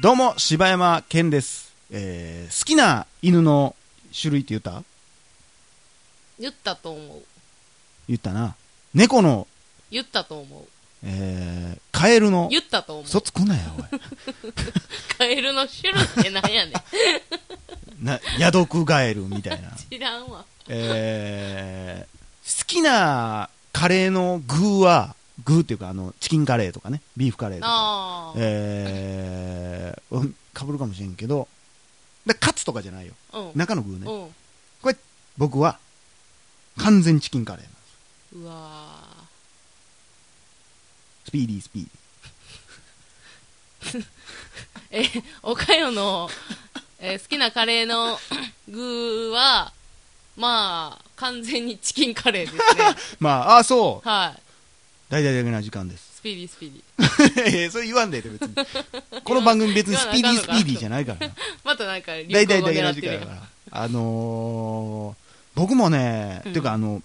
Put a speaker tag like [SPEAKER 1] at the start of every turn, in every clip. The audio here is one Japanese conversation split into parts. [SPEAKER 1] どうも、柴山健です。えー好きな犬の種類って言った
[SPEAKER 2] 言ったと思う
[SPEAKER 1] 言ったな。猫の、
[SPEAKER 2] 言ったと思う
[SPEAKER 1] えーカエルの、
[SPEAKER 2] 言ったと思う
[SPEAKER 1] 嘘つくなよ、おい。
[SPEAKER 2] カエルの種類ってなん やねん
[SPEAKER 1] な、ヤドクガエルみたいな。
[SPEAKER 2] 知らんわ
[SPEAKER 1] えー好きなカレーの具は、具っていうか、あの、チキンカレーとかね、ビーフカレーとか。
[SPEAKER 2] ああ
[SPEAKER 1] えーうん、かぶるかもしれんけど、でカツとかじゃないよ。
[SPEAKER 2] うん
[SPEAKER 1] 中の具ね。
[SPEAKER 2] うん
[SPEAKER 1] これ、僕は、完全チキンカレーなんです。
[SPEAKER 2] うわ
[SPEAKER 1] スピーディースピーディー。
[SPEAKER 2] ーえおかよの、えー好きなカレーの 具はまあ完全にチキンカレー ですね
[SPEAKER 1] まあ、ああ、そう。
[SPEAKER 2] はい
[SPEAKER 1] 大々的な時間です。
[SPEAKER 2] スピーディースピーディー
[SPEAKER 1] いやそれ言わ んでええで、別 に。この番組別にスピーディースピーディーじゃないからな。
[SPEAKER 2] またなんか 流
[SPEAKER 1] 大
[SPEAKER 2] 行
[SPEAKER 1] 々
[SPEAKER 2] 語
[SPEAKER 1] 的
[SPEAKER 2] 狙
[SPEAKER 1] な
[SPEAKER 2] って
[SPEAKER 1] 時間
[SPEAKER 2] るやん
[SPEAKER 1] だから。あのー、僕もね、
[SPEAKER 2] うん
[SPEAKER 1] ていうかあの、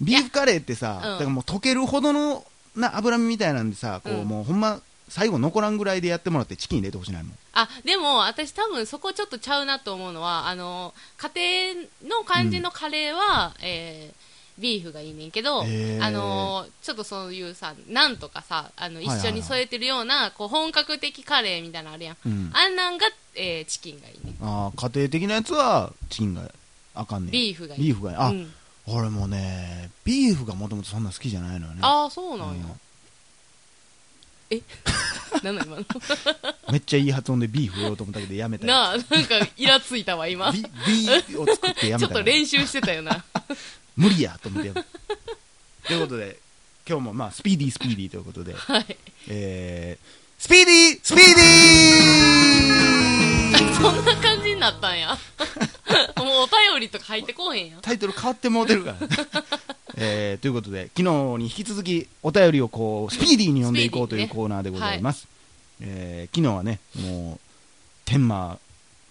[SPEAKER 1] ビーフカレーってさ、
[SPEAKER 2] うん
[SPEAKER 1] だからもう溶けるほどのな脂身みたいなんでさ、こう、
[SPEAKER 2] うん
[SPEAKER 1] もうほんま、最後残らんぐらいでやってもらってチキン入れてほしないもん。
[SPEAKER 2] あでも私多分そこちょっとちゃうなと思うのはあの家庭の感じのカレーは、えービーフがいいねんけど、
[SPEAKER 1] へー
[SPEAKER 2] あのちょっとそういうさなんとかさあの
[SPEAKER 1] いはいはい
[SPEAKER 2] 一緒に添えてるような、こう本格的カレーみたいなのあるやん、
[SPEAKER 1] うん。
[SPEAKER 2] あんなんが、えーチキンがいいね
[SPEAKER 1] あー家庭的なやつは、チキンがあかんねん。
[SPEAKER 2] ビーフがいい
[SPEAKER 1] ビーフがあ、
[SPEAKER 2] うん
[SPEAKER 1] 俺もね、ビーフがもともとそんな好きじゃないのよね。
[SPEAKER 2] ああそうなんや、
[SPEAKER 1] う
[SPEAKER 2] えなんだ今の
[SPEAKER 1] んめっちゃいい発音でビーフ言おうと思ったけどやめたよ
[SPEAKER 2] なあなんかイラついたわ今ち
[SPEAKER 1] ビビを作ってやめ
[SPEAKER 2] ょ
[SPEAKER 1] た
[SPEAKER 2] っ
[SPEAKER 1] から
[SPEAKER 2] と練習してたよな
[SPEAKER 1] 無理やと思ってやめたということで今日もまあスピーディースピーディーということで、
[SPEAKER 2] はい
[SPEAKER 1] えー、スピーディースピーディー
[SPEAKER 2] そんな感じになったんやもうお便りとか入ってこうへんや
[SPEAKER 1] タイトル変わってもうてる から、えーということで昨日に引き続きお便りをこうスピーディーに読んでいこうという
[SPEAKER 2] スピ
[SPEAKER 1] コーナーでございます、えー昨日はねもう天満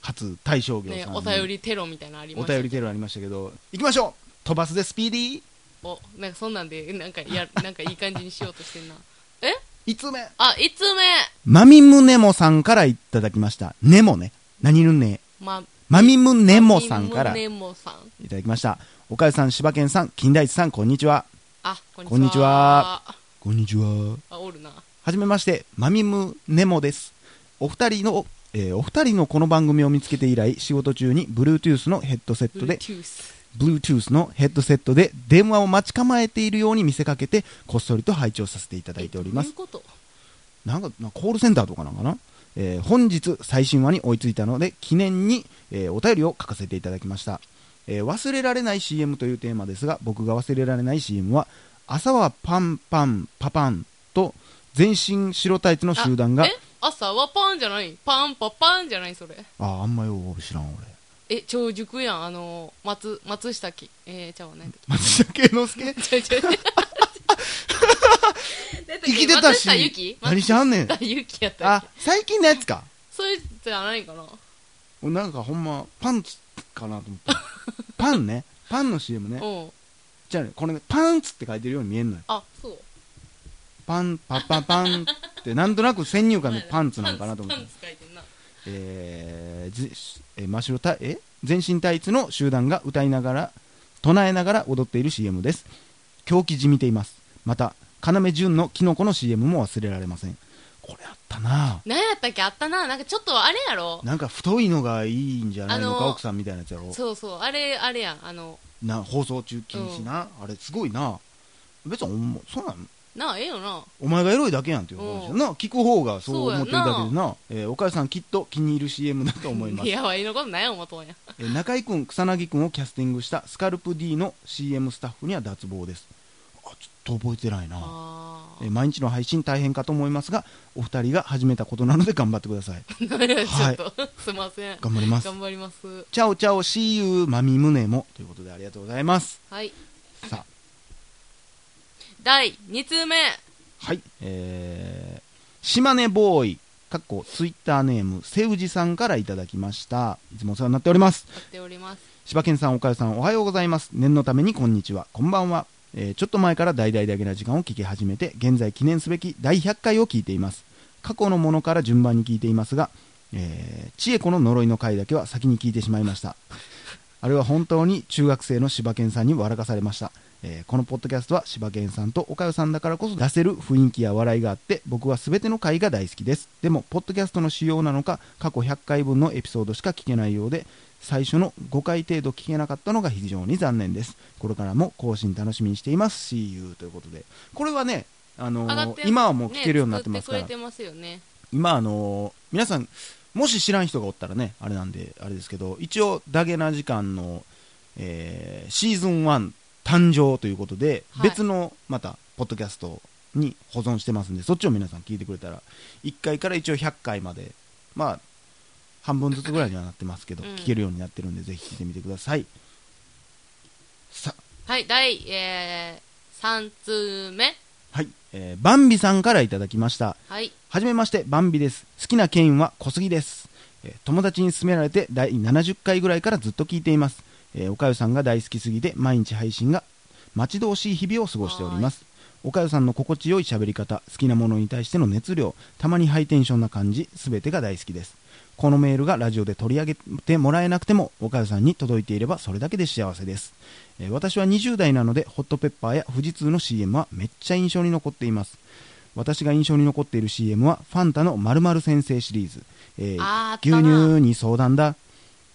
[SPEAKER 1] 初大将業
[SPEAKER 2] ね
[SPEAKER 1] さん、、
[SPEAKER 2] お便りテロみたいなのありま
[SPEAKER 1] お
[SPEAKER 2] した
[SPEAKER 1] 便りテロありましたけど行きましょう飛ばすでスピーディー
[SPEAKER 2] おなんかそんなんでなんかや なんかいい感じにしようとしてんなえ
[SPEAKER 1] 5つ目
[SPEAKER 2] あ1通目
[SPEAKER 1] マミムネモさんからいただきました。ネモね。何ぬね。
[SPEAKER 2] ま
[SPEAKER 1] マミムネモさんから
[SPEAKER 2] ネ
[SPEAKER 1] い
[SPEAKER 2] モさん
[SPEAKER 1] ただきました。おかゆさん、柴犬さん、金田一さん、こんにちは。
[SPEAKER 2] あこんにちは
[SPEAKER 1] こんにちはこんにちは。
[SPEAKER 2] あおるな
[SPEAKER 1] はじめまして、マミムネモです。お二人の、えーお二人のこの番組を見つけて以来、仕事中に Bluetooth のヘッドセットで
[SPEAKER 2] Bluetooth
[SPEAKER 1] Bluetooth のヘッドセットで電話を待ち構えているように見せかけてこっそりと配置をさせていただいておりま
[SPEAKER 2] え
[SPEAKER 1] す
[SPEAKER 2] どういうこと
[SPEAKER 1] なんかなコールセンターとかなんかな、えー本日最新話に追いついたので記念に、えーお便りを書かせていただきました、えー忘れられない CM というテーマですが僕が忘れられない CM は朝はパンパンパパンと全身白タイツの集団が
[SPEAKER 2] え朝はパンじゃないパンパパンじゃないそれ
[SPEAKER 1] あああんまよう知らん俺
[SPEAKER 2] え長熟やんあの松松下きえー、ちゃう わね
[SPEAKER 1] 松下慶之 助
[SPEAKER 2] ちゃうちゃう
[SPEAKER 1] 生きてたし
[SPEAKER 2] 松下ゆき
[SPEAKER 1] 何しはんねん
[SPEAKER 2] 松下ゆきやったっ
[SPEAKER 1] あ
[SPEAKER 2] け
[SPEAKER 1] 最近のやつか
[SPEAKER 2] そういうじゃないかな
[SPEAKER 1] なんかほんまパンツかなと思った パンねパンの CM ね
[SPEAKER 2] うん
[SPEAKER 1] じゃあねこれねパンツって書いてるように見えんのよ
[SPEAKER 2] あそう
[SPEAKER 1] パンパパパンってなんとなく先入観でパンツなのかなと思っ
[SPEAKER 2] パン
[SPEAKER 1] て
[SPEAKER 2] ツ書いてんな
[SPEAKER 1] えーじえー真っ白たえ全身タイツの集団が歌いながら唱えながら踊っている CM です狂気じみていますまた要潤のキノコの CM も忘れられませんこれあったな
[SPEAKER 2] 何やったっけあったななんかちょっとあれやろ
[SPEAKER 1] なんか太いのがいいんじゃないのか、
[SPEAKER 2] あのー
[SPEAKER 1] 奥さんみたいなやつやろ
[SPEAKER 2] そうそうあれあれやんあの
[SPEAKER 1] な放送中禁止な、あれすごいな別におもそうなん
[SPEAKER 2] なあええよな
[SPEAKER 1] お前がエロいだけやんっていう話だ
[SPEAKER 2] うん
[SPEAKER 1] な聞く方がそう思ってるだけ
[SPEAKER 2] そう
[SPEAKER 1] で
[SPEAKER 2] や
[SPEAKER 1] なえーお母さんきっと気に入る CM だと思います
[SPEAKER 2] いやわいのことないよもともや
[SPEAKER 1] えー中居君草薙君をキャスティングしたスカルプ D の CM スタッフには脱帽ですあちょっと覚えてないな、
[SPEAKER 2] あ
[SPEAKER 1] えー毎日の配信大変かと思いますがお二人が始めたことなので頑張ってくだ さい
[SPEAKER 2] あちょっと、すいません
[SPEAKER 1] 頑張ります
[SPEAKER 2] 頑張ります
[SPEAKER 1] チャオチャオ See you マミムネもということでありがとうございます
[SPEAKER 2] はい
[SPEAKER 1] さあ
[SPEAKER 2] 第2通目
[SPEAKER 1] はい、えー、島根ボーイ、かっこツイッターネーム、瀬氏さんからいただきました。いつもお世話になっております。
[SPEAKER 2] やっております
[SPEAKER 1] 柴犬さん、岡かさん、おはようございます。念のためにこんにちは、こんばんは。えーちょっと前から大々だけな時間を聞き始めて、現在記念すべき第100回を聞いています。過去のものから順番に聞いていますが、えー千恵子の呪いの回だけは先に聞いてしまいましたあれは本当に中学生の柴犬さんに笑かされました、えーこのポッドキャストは柴犬さんとおかよさんだからこそ出せる雰囲気や笑いがあって僕は全ての回が大好きですでもポッドキャストの仕様なのか過去100回分のエピソードしか聞けないようで最初の5回程度聞けなかったのが非常に残念ですこれからも更新楽しみにしています See you ということでこれはねあのー
[SPEAKER 2] 上がって
[SPEAKER 1] 今はもう聞けるようになってますから、
[SPEAKER 2] ね、作ってくれてますよね
[SPEAKER 1] 今あの皆さんもし知らん人がおったらねあれなんであれですけど一応ダゲな時間の、えーシーズン1誕生ということで、
[SPEAKER 2] はい
[SPEAKER 1] 別のまたポッドキャストに保存してますんでそっちを皆さん聞いてくれたら1回から一応100回までまあ半分ずつぐらいにはなってますけど、
[SPEAKER 2] うん
[SPEAKER 1] 聞けるようになってるんでぜひ聞いてみてくださいさ
[SPEAKER 2] はい第、えー、3通目
[SPEAKER 1] はい、えーバンビさんからいただきました
[SPEAKER 2] はい
[SPEAKER 1] はじめまして、バンビです。好きなケインは小杉です。えー友達に勧められて第70回ぐらいからずっと聞いています。えーおかよさんが大好きすぎて毎日配信が待ち遠しい日々を過ごしております。おかよさんの心地よい喋り方、好きなものに対しての熱量、たまにハイテンションな感じ、すべてが大好きです。このメールがラジオで取り上げてもらえなくても、おかよさんに届いていればそれだけで幸せです。えー私は20代なので、ホットペッパーや富士通の CM はめっちゃ印象に残っています。私が印象に残っている CM はファンタの〇〇先生シリーズ、えー
[SPEAKER 2] あーあった
[SPEAKER 1] 牛
[SPEAKER 2] な
[SPEAKER 1] 乳に相談だ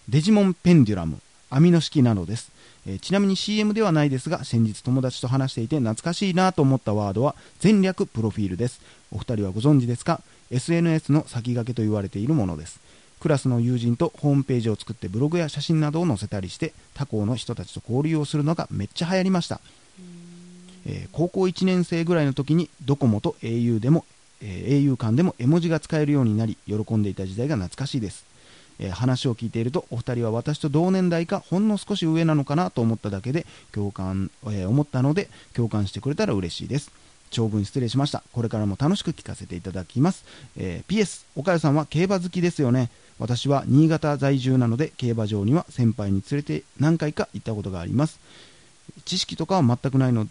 [SPEAKER 1] デジモンペンデュラム網の式などです、えーちなみに CM ではないですが先日友達と話していて懐かしいなと思ったワードは全略プロフィールですお二人はご存知ですか SNS の先駆けと言われているものですクラスの友人とホームページを作ってブログや写真などを載せたりして他校の人たちと交流をするのがめっちゃ流行りましたえー高校1年生ぐらいの時にドコモと au でも、えー au 間でも絵文字が使えるようになり喜んでいた時代が懐かしいです、えー話を聞いているとお二人は私と同年代かほんの少し上なのかなと思っただけで共感、えー思ったので共感してくれたら嬉しいです長文失礼しましたこれからも楽しく聞かせていただきます、えー PS 岡谷さんは競馬好きですよね私は新潟在住なので競馬場には先輩に連れて何回か行ったことがあります知識とかは全くないの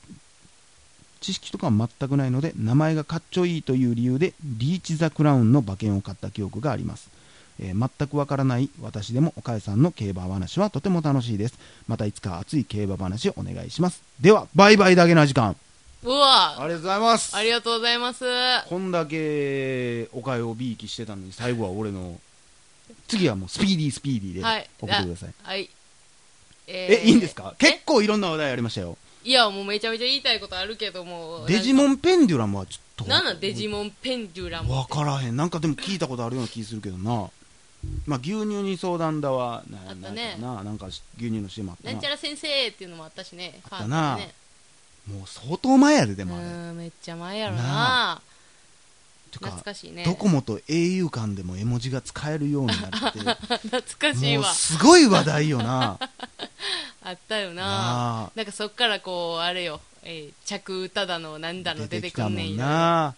[SPEAKER 1] 知識とかは全くないので名前がかっちょいいという理由でリーチ・ザ・クラウンの馬券を買った記憶があります、えー全くわからない私でも岡谷さんの競馬話はとても楽しいですまたいつか熱い競馬話をお願いしますではバイバイだけな時間
[SPEAKER 2] うわ
[SPEAKER 1] ありがとうございます
[SPEAKER 2] ありがとうございます
[SPEAKER 1] こんだけ岡谷をびいきしてたのに最後は俺の次はもうスピーディースピーディー
[SPEAKER 2] は
[SPEAKER 1] で
[SPEAKER 2] い
[SPEAKER 1] 送ってください、
[SPEAKER 2] はいえ
[SPEAKER 1] えいいんですか
[SPEAKER 2] え
[SPEAKER 1] 結構いろんな話題ありましたよ
[SPEAKER 2] いやもうめちゃめちゃ言いたいことあるけども
[SPEAKER 1] デジモンペンデュラムはちょっと
[SPEAKER 2] なんなんデジモンペンデュラム
[SPEAKER 1] 分からへんなんかでも聞いたことあるような気するけどなまあ牛乳に相談だわなんや
[SPEAKER 2] あった
[SPEAKER 1] なん
[SPEAKER 2] ね
[SPEAKER 1] やななんかし牛乳の CM あった
[SPEAKER 2] な
[SPEAKER 1] なん
[SPEAKER 2] ちゃら先生っていうのもあったしね
[SPEAKER 1] あったな
[SPEAKER 2] ファンのね
[SPEAKER 1] もう相当前やでで
[SPEAKER 2] う
[SPEAKER 1] もあれ
[SPEAKER 2] ーんめっちゃ前やろ
[SPEAKER 1] な
[SPEAKER 2] な
[SPEAKER 1] て
[SPEAKER 2] 懐
[SPEAKER 1] か
[SPEAKER 2] かしいね
[SPEAKER 1] ドコモと au 間でも絵文字が使えるようになるって
[SPEAKER 2] 懐かしい
[SPEAKER 1] もう
[SPEAKER 2] わ
[SPEAKER 1] すごい話題よ な
[SPEAKER 2] あったよな
[SPEAKER 1] なあ
[SPEAKER 2] なんかそっからこうあれよ、えー、着歌だのなんだの出てくんねん
[SPEAKER 1] 出てき
[SPEAKER 2] よ
[SPEAKER 1] たもんな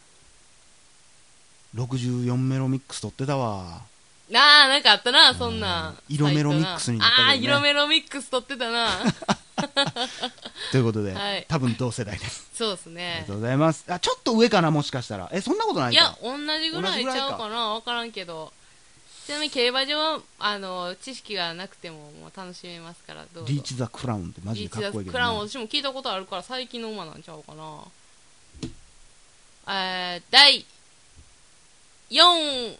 [SPEAKER 1] 64メロミックス撮ってたわ
[SPEAKER 2] なあなんかあったなそんなん
[SPEAKER 1] うん色メロミックスになったけどね
[SPEAKER 2] ああー色メロミックス取ってた な
[SPEAKER 1] ということで、
[SPEAKER 2] はい
[SPEAKER 1] 多分同世代です
[SPEAKER 2] そうです
[SPEAKER 1] あり
[SPEAKER 2] ね
[SPEAKER 1] がとうございますあちょっと上かなもしかしたらえそんなことない
[SPEAKER 2] い
[SPEAKER 1] か
[SPEAKER 2] や同じぐらいち
[SPEAKER 1] 同
[SPEAKER 2] ゃう
[SPEAKER 1] じぐ
[SPEAKER 2] かなわからんけどちなみに競馬場はあの知識がなくてももう楽しめますからどうぞ
[SPEAKER 1] リーチ・ザ・クラウンってマジでかっこいい
[SPEAKER 2] リーチ
[SPEAKER 1] けど
[SPEAKER 2] ザク
[SPEAKER 1] な
[SPEAKER 2] ラウン私も聞いたことあるから最近の馬なんちゃうかなえー、第4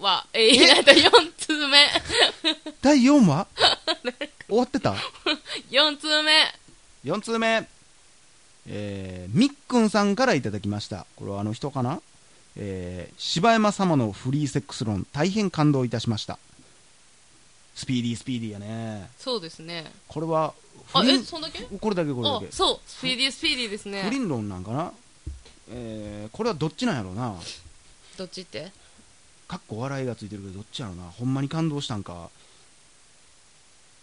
[SPEAKER 2] 話えー、なんだ4通目
[SPEAKER 1] 第4話 終わってた
[SPEAKER 2] 4通目
[SPEAKER 1] 4通目えー、みっくんさんからいただきましたこれはあの人かなえー、柴山様のフリーセックス論大変感動いたしましたスピーディースピーディーやね
[SPEAKER 2] そうですね
[SPEAKER 1] これは
[SPEAKER 2] あ
[SPEAKER 1] 不倫
[SPEAKER 2] えそんだけ
[SPEAKER 1] これだけこれだ
[SPEAKER 2] あ
[SPEAKER 1] け
[SPEAKER 2] そうスピーディースピーディーです
[SPEAKER 1] 不
[SPEAKER 2] ね
[SPEAKER 1] 倫論なんかなえー、これはどっちなんやろうな
[SPEAKER 2] どっちって
[SPEAKER 1] かっこ笑いがついてるけどどっちやろうなほんまに感動したんか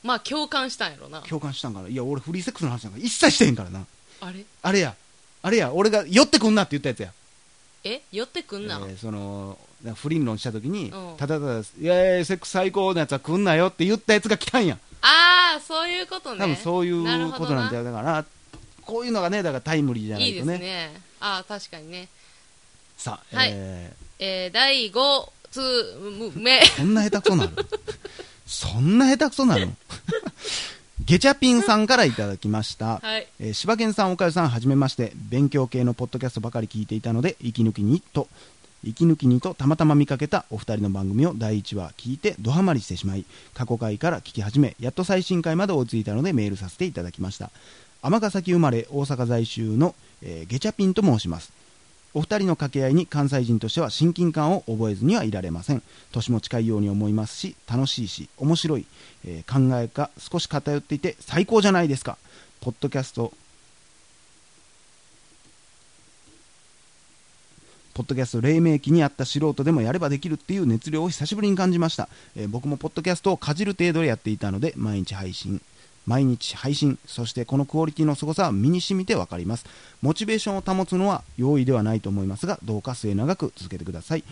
[SPEAKER 2] まあ共感したんやろな
[SPEAKER 1] 共感したんかないや俺フリーセックスの話なんか一切してへんからな
[SPEAKER 2] あれ
[SPEAKER 1] あれや、あれや、俺が寄ってくんなって言ったやつや。
[SPEAKER 2] え寄ってくんな、
[SPEAKER 1] えーそのなんか不倫論したときに、
[SPEAKER 2] うん
[SPEAKER 1] ただただ、いやいや、セックス最高のやつは来んなよって言ったやつが来たんや。
[SPEAKER 2] ああそういうことね
[SPEAKER 1] 多分そういうことなんだ
[SPEAKER 2] る
[SPEAKER 1] よ。だから、こういうのがね、だからタイムリーじ
[SPEAKER 2] ほ
[SPEAKER 1] ゃ
[SPEAKER 2] ど
[SPEAKER 1] ないい
[SPEAKER 2] いで
[SPEAKER 1] と
[SPEAKER 2] す
[SPEAKER 1] ね。
[SPEAKER 2] ねああ確かにね
[SPEAKER 1] さあ、
[SPEAKER 2] はい
[SPEAKER 1] え
[SPEAKER 2] えー、第5つむめ
[SPEAKER 1] そんな下手くそなのそんな下手くそなの ゲチャピンさんからいただきました、
[SPEAKER 2] はい
[SPEAKER 1] えー柴犬さん、おかゆさん、はじめまして、勉強系のポッドキャストばかり聞いていたので、息抜きにと、息抜きにとたまたま見かけたお二人の番組を第1話聞いて、ドハマりしてしまい、過去回から聞き始め、やっと最新回まで追いついたので、メールさせていただきました。尼崎生まれ、大阪在住の、えーゲチャピンと申します。お二人の掛け合いに関西人としては親近感を覚えずにはいられません年も近いように思いますし楽しいし面白い、えー考えが少し偏っていて最高じゃないですかポッドキャストポッドキャスト黎明期にあった素人でもやればできるっていう熱量を久しぶりに感じました、えー僕もポッドキャストをかじる程度でやっていたので毎日配信毎日配信そしてこのクオリティの凄さは身に染みてわかりますモチベーションを保つのは容易ではないと思いますがどうか末永く続けてください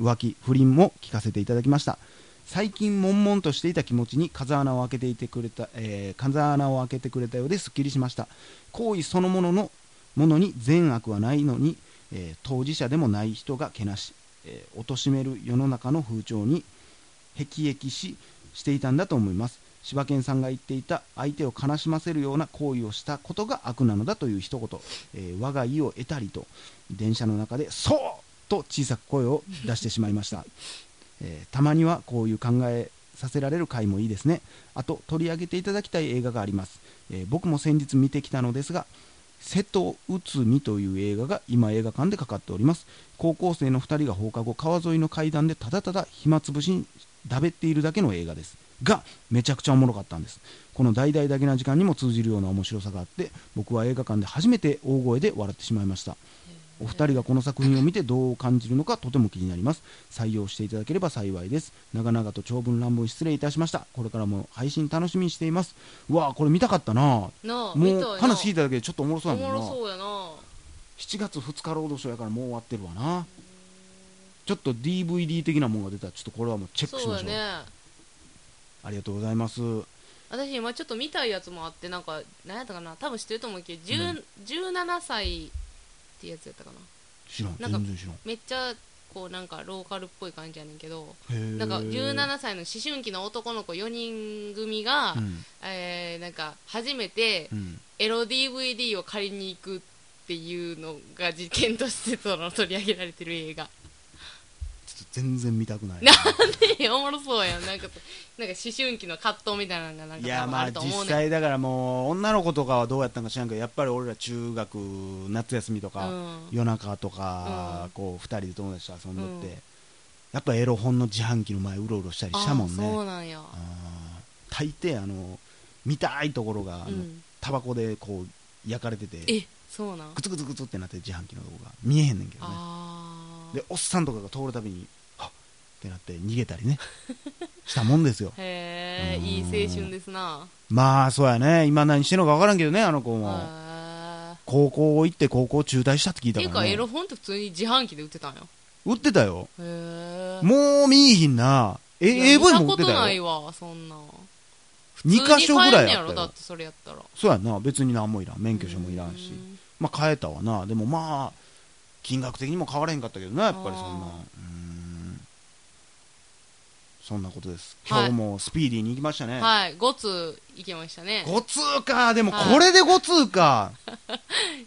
[SPEAKER 1] 浮気不倫も聞かせていただきました最近悶々としていた気持ちに風穴を開けていてくれた、えー風穴を開けてくれたようですっきりしました行為そのもののものに善悪はないのに、えー当事者でもない人がけなし、えー、貶める世の中の風潮に辟易ししていたんだと思います柴犬さんが言っていた相手を悲しませるような行為をしたことが悪なのだという一言、えー我が意を得たりと電車の中で「そう!」と小さく声を出してしまいました、えーたまにはこういう考えさせられる回もいいですねあと取り上げていただきたい映画があります、えー僕も先日見てきたのですが瀬戸内海という映画が今映画館でかかっております高校生の2人が放課後川沿いの階段でただただ暇つぶしにだべっているだけの映画ですがめちゃくちゃおもろかったんですこの大々だけな時間にも通じるような面白さがあって僕は映画館で初めて大声で笑ってしまいましたお二人がこの作品を見てどう感じるのかとても気になります採用していただければ幸いです長々と長文乱文失礼いたしましたこれからも配信楽しみにしていますうわあこれ見たかったな
[SPEAKER 2] なあ見
[SPEAKER 1] もう
[SPEAKER 2] たいな
[SPEAKER 1] 話聞いただけでちょっとおもろそう
[SPEAKER 2] お
[SPEAKER 1] や
[SPEAKER 2] も
[SPEAKER 1] もん
[SPEAKER 2] ろ
[SPEAKER 1] な
[SPEAKER 2] そうやな
[SPEAKER 1] 7月2日労働省やからもう終わってるわなちょっと DVD 的なものが出たらちょっとこれはもうチェックし
[SPEAKER 2] そう
[SPEAKER 1] ま
[SPEAKER 2] や
[SPEAKER 1] しょう
[SPEAKER 2] ね
[SPEAKER 1] ありがとうございます
[SPEAKER 2] 私今ちょっと見たいやつもあってなんか何やったかな多分知ってると思うけど、
[SPEAKER 1] う
[SPEAKER 2] 10 17歳っていうやつやったかな
[SPEAKER 1] 知らん
[SPEAKER 2] なんか
[SPEAKER 1] 全然知らんへ
[SPEAKER 2] めっちゃこうなんかローカルっぽい感じやねんけど
[SPEAKER 1] え
[SPEAKER 2] なんか17歳の思春期の男の子4人組が、
[SPEAKER 1] うん
[SPEAKER 2] えーなんか初めて
[SPEAKER 1] うん
[SPEAKER 2] エロ DVD を借りに行くっていうのが事件としてその取り上げられてる映画
[SPEAKER 1] ちょっと全然見たくない
[SPEAKER 2] なおもろそうやんなんかなんか思春期の葛藤みたいなのがなん
[SPEAKER 1] い
[SPEAKER 2] か
[SPEAKER 1] や
[SPEAKER 2] 多分
[SPEAKER 1] ま
[SPEAKER 2] あ
[SPEAKER 1] あ
[SPEAKER 2] ると思う
[SPEAKER 1] 実
[SPEAKER 2] ねん
[SPEAKER 1] 際だからもう女の子とかはどうやったんか知らんけどやっぱり俺ら中学夏休みとか、
[SPEAKER 2] うん
[SPEAKER 1] 夜中とか、
[SPEAKER 2] うん
[SPEAKER 1] こう2人で友達と遊んどって、
[SPEAKER 2] うん
[SPEAKER 1] やっぱエロ本の自販機の前うろうろしたりしたもんね
[SPEAKER 2] あーそうなんや
[SPEAKER 1] あー大抵あの見たいところが、あの
[SPEAKER 2] うん
[SPEAKER 1] タバコでこう焼かれてて
[SPEAKER 2] えそうなん
[SPEAKER 1] グツグツグツってなって自販機のとこが見えへんねんけどね
[SPEAKER 2] あ
[SPEAKER 1] でおっさんとかが通るたびにはっってなって逃げたりね したもんですよ
[SPEAKER 2] あへえいい青春ですな
[SPEAKER 1] まあそうやね今何してんのか分からんけどねあの子も、
[SPEAKER 2] へえ
[SPEAKER 1] 高校行って高校中退したって聞い
[SPEAKER 2] っ
[SPEAKER 1] た
[SPEAKER 2] てい
[SPEAKER 1] か、
[SPEAKER 2] うから
[SPEAKER 1] ね
[SPEAKER 2] エ、ロ本って普通に自販機で売ってたんや
[SPEAKER 1] 売ってたよ
[SPEAKER 2] へえ
[SPEAKER 1] もう見えひんないえ
[SPEAKER 2] や
[SPEAKER 1] AV も売
[SPEAKER 2] 見
[SPEAKER 1] ったて
[SPEAKER 2] ことな
[SPEAKER 1] た
[SPEAKER 2] い
[SPEAKER 1] よ
[SPEAKER 2] わそんな
[SPEAKER 1] 2
[SPEAKER 2] 普通
[SPEAKER 1] 箇
[SPEAKER 2] に
[SPEAKER 1] 所ぐら
[SPEAKER 2] 買えん
[SPEAKER 1] い
[SPEAKER 2] や
[SPEAKER 1] あった
[SPEAKER 2] ろだっ
[SPEAKER 1] よ
[SPEAKER 2] てそれやったら
[SPEAKER 1] そうやんな別に何もいらん免許証もいらんし
[SPEAKER 2] うん
[SPEAKER 1] まあ変えたわなでもまあ金額的にも変わらへんかったけどなやっぱりそんな
[SPEAKER 2] あー
[SPEAKER 1] うんそんなことです
[SPEAKER 2] は
[SPEAKER 1] 今
[SPEAKER 2] い
[SPEAKER 1] 日もスピーディーに行きましたね、
[SPEAKER 2] はい5通いけましたね
[SPEAKER 1] 5通かでも
[SPEAKER 2] はい
[SPEAKER 1] これで5通か、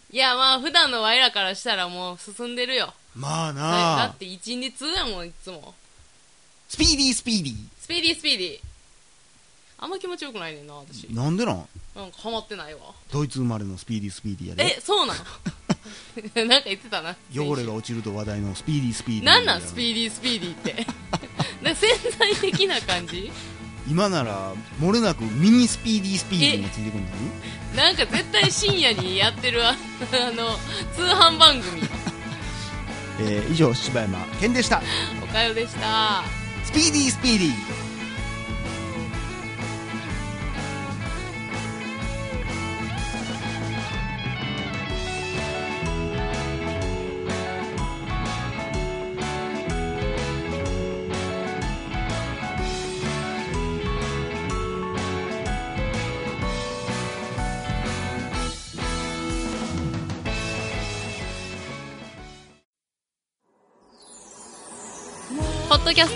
[SPEAKER 2] いやまあ普段の我らからしたらもう進んでるよ
[SPEAKER 1] まあな
[SPEAKER 2] だって1日通やもんいつも
[SPEAKER 1] スピーディースピーディ
[SPEAKER 2] スピーディースピーディーあんま気持ちよくないねんな私
[SPEAKER 1] ーなんでなん
[SPEAKER 2] なんかハマってないわ
[SPEAKER 1] ドイツ生まれのスピーディースピーディーやで
[SPEAKER 2] えそうな のなんか言ってたな
[SPEAKER 1] 汚れが落ちると話題のスピーディースピーディー
[SPEAKER 2] なんなんスピーディースピーディーって なんか潜在的な感じ
[SPEAKER 1] 今なら漏れなくミニスピーディースピーディーもついてくるのに
[SPEAKER 2] なんか絶対深夜にやってるああの通販番組
[SPEAKER 1] えー以上柴山健でした
[SPEAKER 2] おかよでした
[SPEAKER 1] スピーディースピーディー
[SPEAKER 2] ポッッドキャス